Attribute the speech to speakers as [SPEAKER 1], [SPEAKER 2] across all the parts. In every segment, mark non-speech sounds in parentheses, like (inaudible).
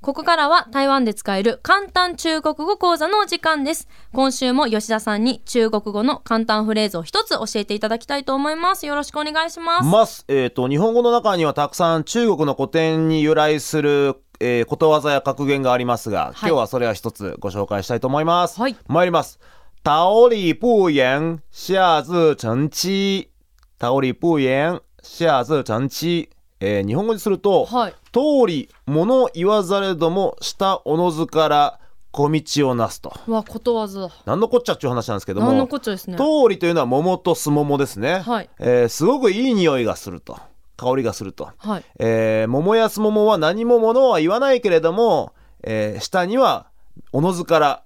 [SPEAKER 1] ここからは台湾で使える簡単中国語講座のお時間です。今週も吉田さんに中国語の簡単フレーズを一つ教えていただきたいと思います。よろしくお願いします。
[SPEAKER 2] ます、えっ、と、日本語の中にはたくさん中国の古典に由来する、えーことわざや格言がありますが、今日はそれは一つご紹介したいと思います。
[SPEAKER 1] はい
[SPEAKER 2] 参ります。道理不言、下自成蹊。道理不言、下自成蹊。えー日本語にすると、
[SPEAKER 1] はい。
[SPEAKER 2] 通り、物を言わざれども、したおのずから、小道をなすと。
[SPEAKER 1] うわ、ことわざだ。
[SPEAKER 2] なんのこっちゃっていう話なんですけども。
[SPEAKER 1] 何のこっちゃですね。
[SPEAKER 2] 通りというのは桃とすももですね、
[SPEAKER 1] はい
[SPEAKER 2] えーすごくいい匂いがすると香りがすると、
[SPEAKER 1] はい。
[SPEAKER 2] えー桃やすももは何もものは言わないけれども、えー下にはおのずから、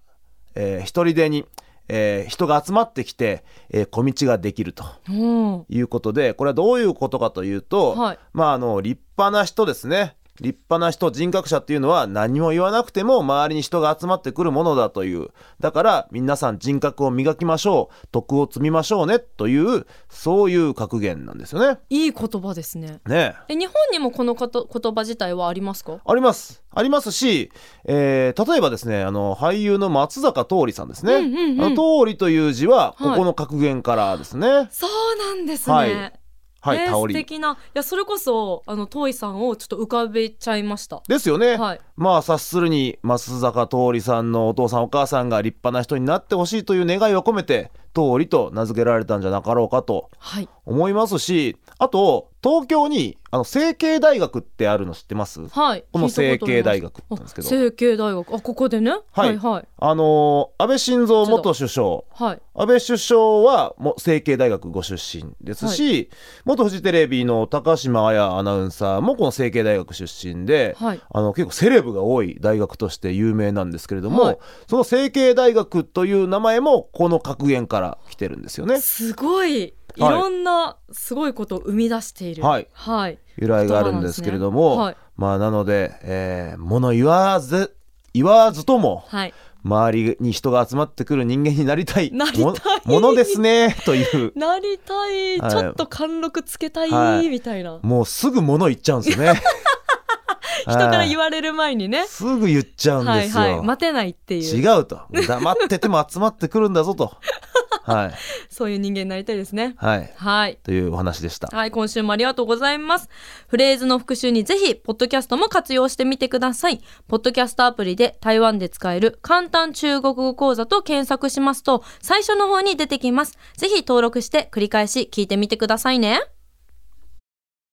[SPEAKER 2] えー一人でに、えー人が集まってきて、えー小道ができると
[SPEAKER 1] うん。
[SPEAKER 2] いうことでこれはどういうことかというと、
[SPEAKER 1] はい
[SPEAKER 2] まああの立派な人ですね立派な人人格者っていうのは何も言わなくても周りに人が集まってくるものだというだから皆さん人格を磨きましょう徳を積みましょうねというそういう格言なんですよね。
[SPEAKER 1] いい言葉ですね。
[SPEAKER 2] ねえ
[SPEAKER 1] え、日本にもこのこと言葉自体はありますか
[SPEAKER 2] ありますありますし、えー例えばですねあの俳優の松坂桃李さんですね、
[SPEAKER 1] うんうんうん
[SPEAKER 2] あの桃李という字
[SPEAKER 1] は
[SPEAKER 2] は
[SPEAKER 1] い
[SPEAKER 2] ここの格言からですね
[SPEAKER 1] そうなんです
[SPEAKER 2] はい
[SPEAKER 1] ね。
[SPEAKER 2] はい、
[SPEAKER 1] えー
[SPEAKER 2] タオ
[SPEAKER 1] 素
[SPEAKER 2] リ
[SPEAKER 1] 敵な。いや、それこそ、あの、遠いさんをちょっと浮かべちゃいました。
[SPEAKER 2] ですよね、
[SPEAKER 1] はい
[SPEAKER 2] まあ察するに松坂桃李さんのお父さんお母さんが立派な人になってほしいという願いを込めて桃李と名付けられたんじゃなかろうかと
[SPEAKER 1] はい。
[SPEAKER 2] 思いますしあと東京にあの成京大学ってあるの知ってます
[SPEAKER 1] はい。
[SPEAKER 2] この成蹊大
[SPEAKER 1] 学
[SPEAKER 2] 学なんですけど
[SPEAKER 1] 成蹊大学。あ、ここでね。はいはい。
[SPEAKER 2] あのー安倍晋三元首相
[SPEAKER 1] はい。
[SPEAKER 2] 安倍首相はもう成蹊大学ご出身ですし、元フジテレビの高島彩アナウンサーもこの成蹊大学出身で、
[SPEAKER 1] はい
[SPEAKER 2] あの結構セレブが多い大学として有名なんですけれども、
[SPEAKER 1] はい
[SPEAKER 2] その成蹊大学という名前もこの格言から来てるんですよね。
[SPEAKER 1] すごい。い
[SPEAKER 2] はい
[SPEAKER 1] ろんなすごいことを生み出している。
[SPEAKER 2] はい
[SPEAKER 1] はい。
[SPEAKER 2] 由来があるんですけれども、
[SPEAKER 1] 言葉なんですね
[SPEAKER 2] まあなので、えー物言わず言わずとも
[SPEAKER 1] はい。
[SPEAKER 2] 周りに人が集まってくる人間になりたい
[SPEAKER 1] なりたい
[SPEAKER 2] もものですねという
[SPEAKER 1] なりたい。
[SPEAKER 2] はい
[SPEAKER 1] ちょっと貫禄つけた
[SPEAKER 2] はい
[SPEAKER 1] い。みたいな。
[SPEAKER 2] もうすぐ物言っちゃうんですね。
[SPEAKER 1] (laughs) 人から
[SPEAKER 2] わ
[SPEAKER 1] 言われる前にね。
[SPEAKER 2] すぐ言っちゃうん
[SPEAKER 1] は
[SPEAKER 2] で
[SPEAKER 1] い
[SPEAKER 2] すよ。
[SPEAKER 1] はい。待てないっていう。
[SPEAKER 2] 違うと。黙ってても集まってくるんだぞと。はい。
[SPEAKER 1] そういう人間になりたいですね。
[SPEAKER 2] はい。
[SPEAKER 1] はい。
[SPEAKER 2] というお話でした。
[SPEAKER 1] はい、今週もありがとうございます。フレーズの復習にぜひ、ポッドキャストも活用してみてください。ポッドキャストアプリで台湾で使える簡単中国語講座と検索しますと、最初の方に出てきます。ぜひ登録して繰り返し聞いてみてくださいね。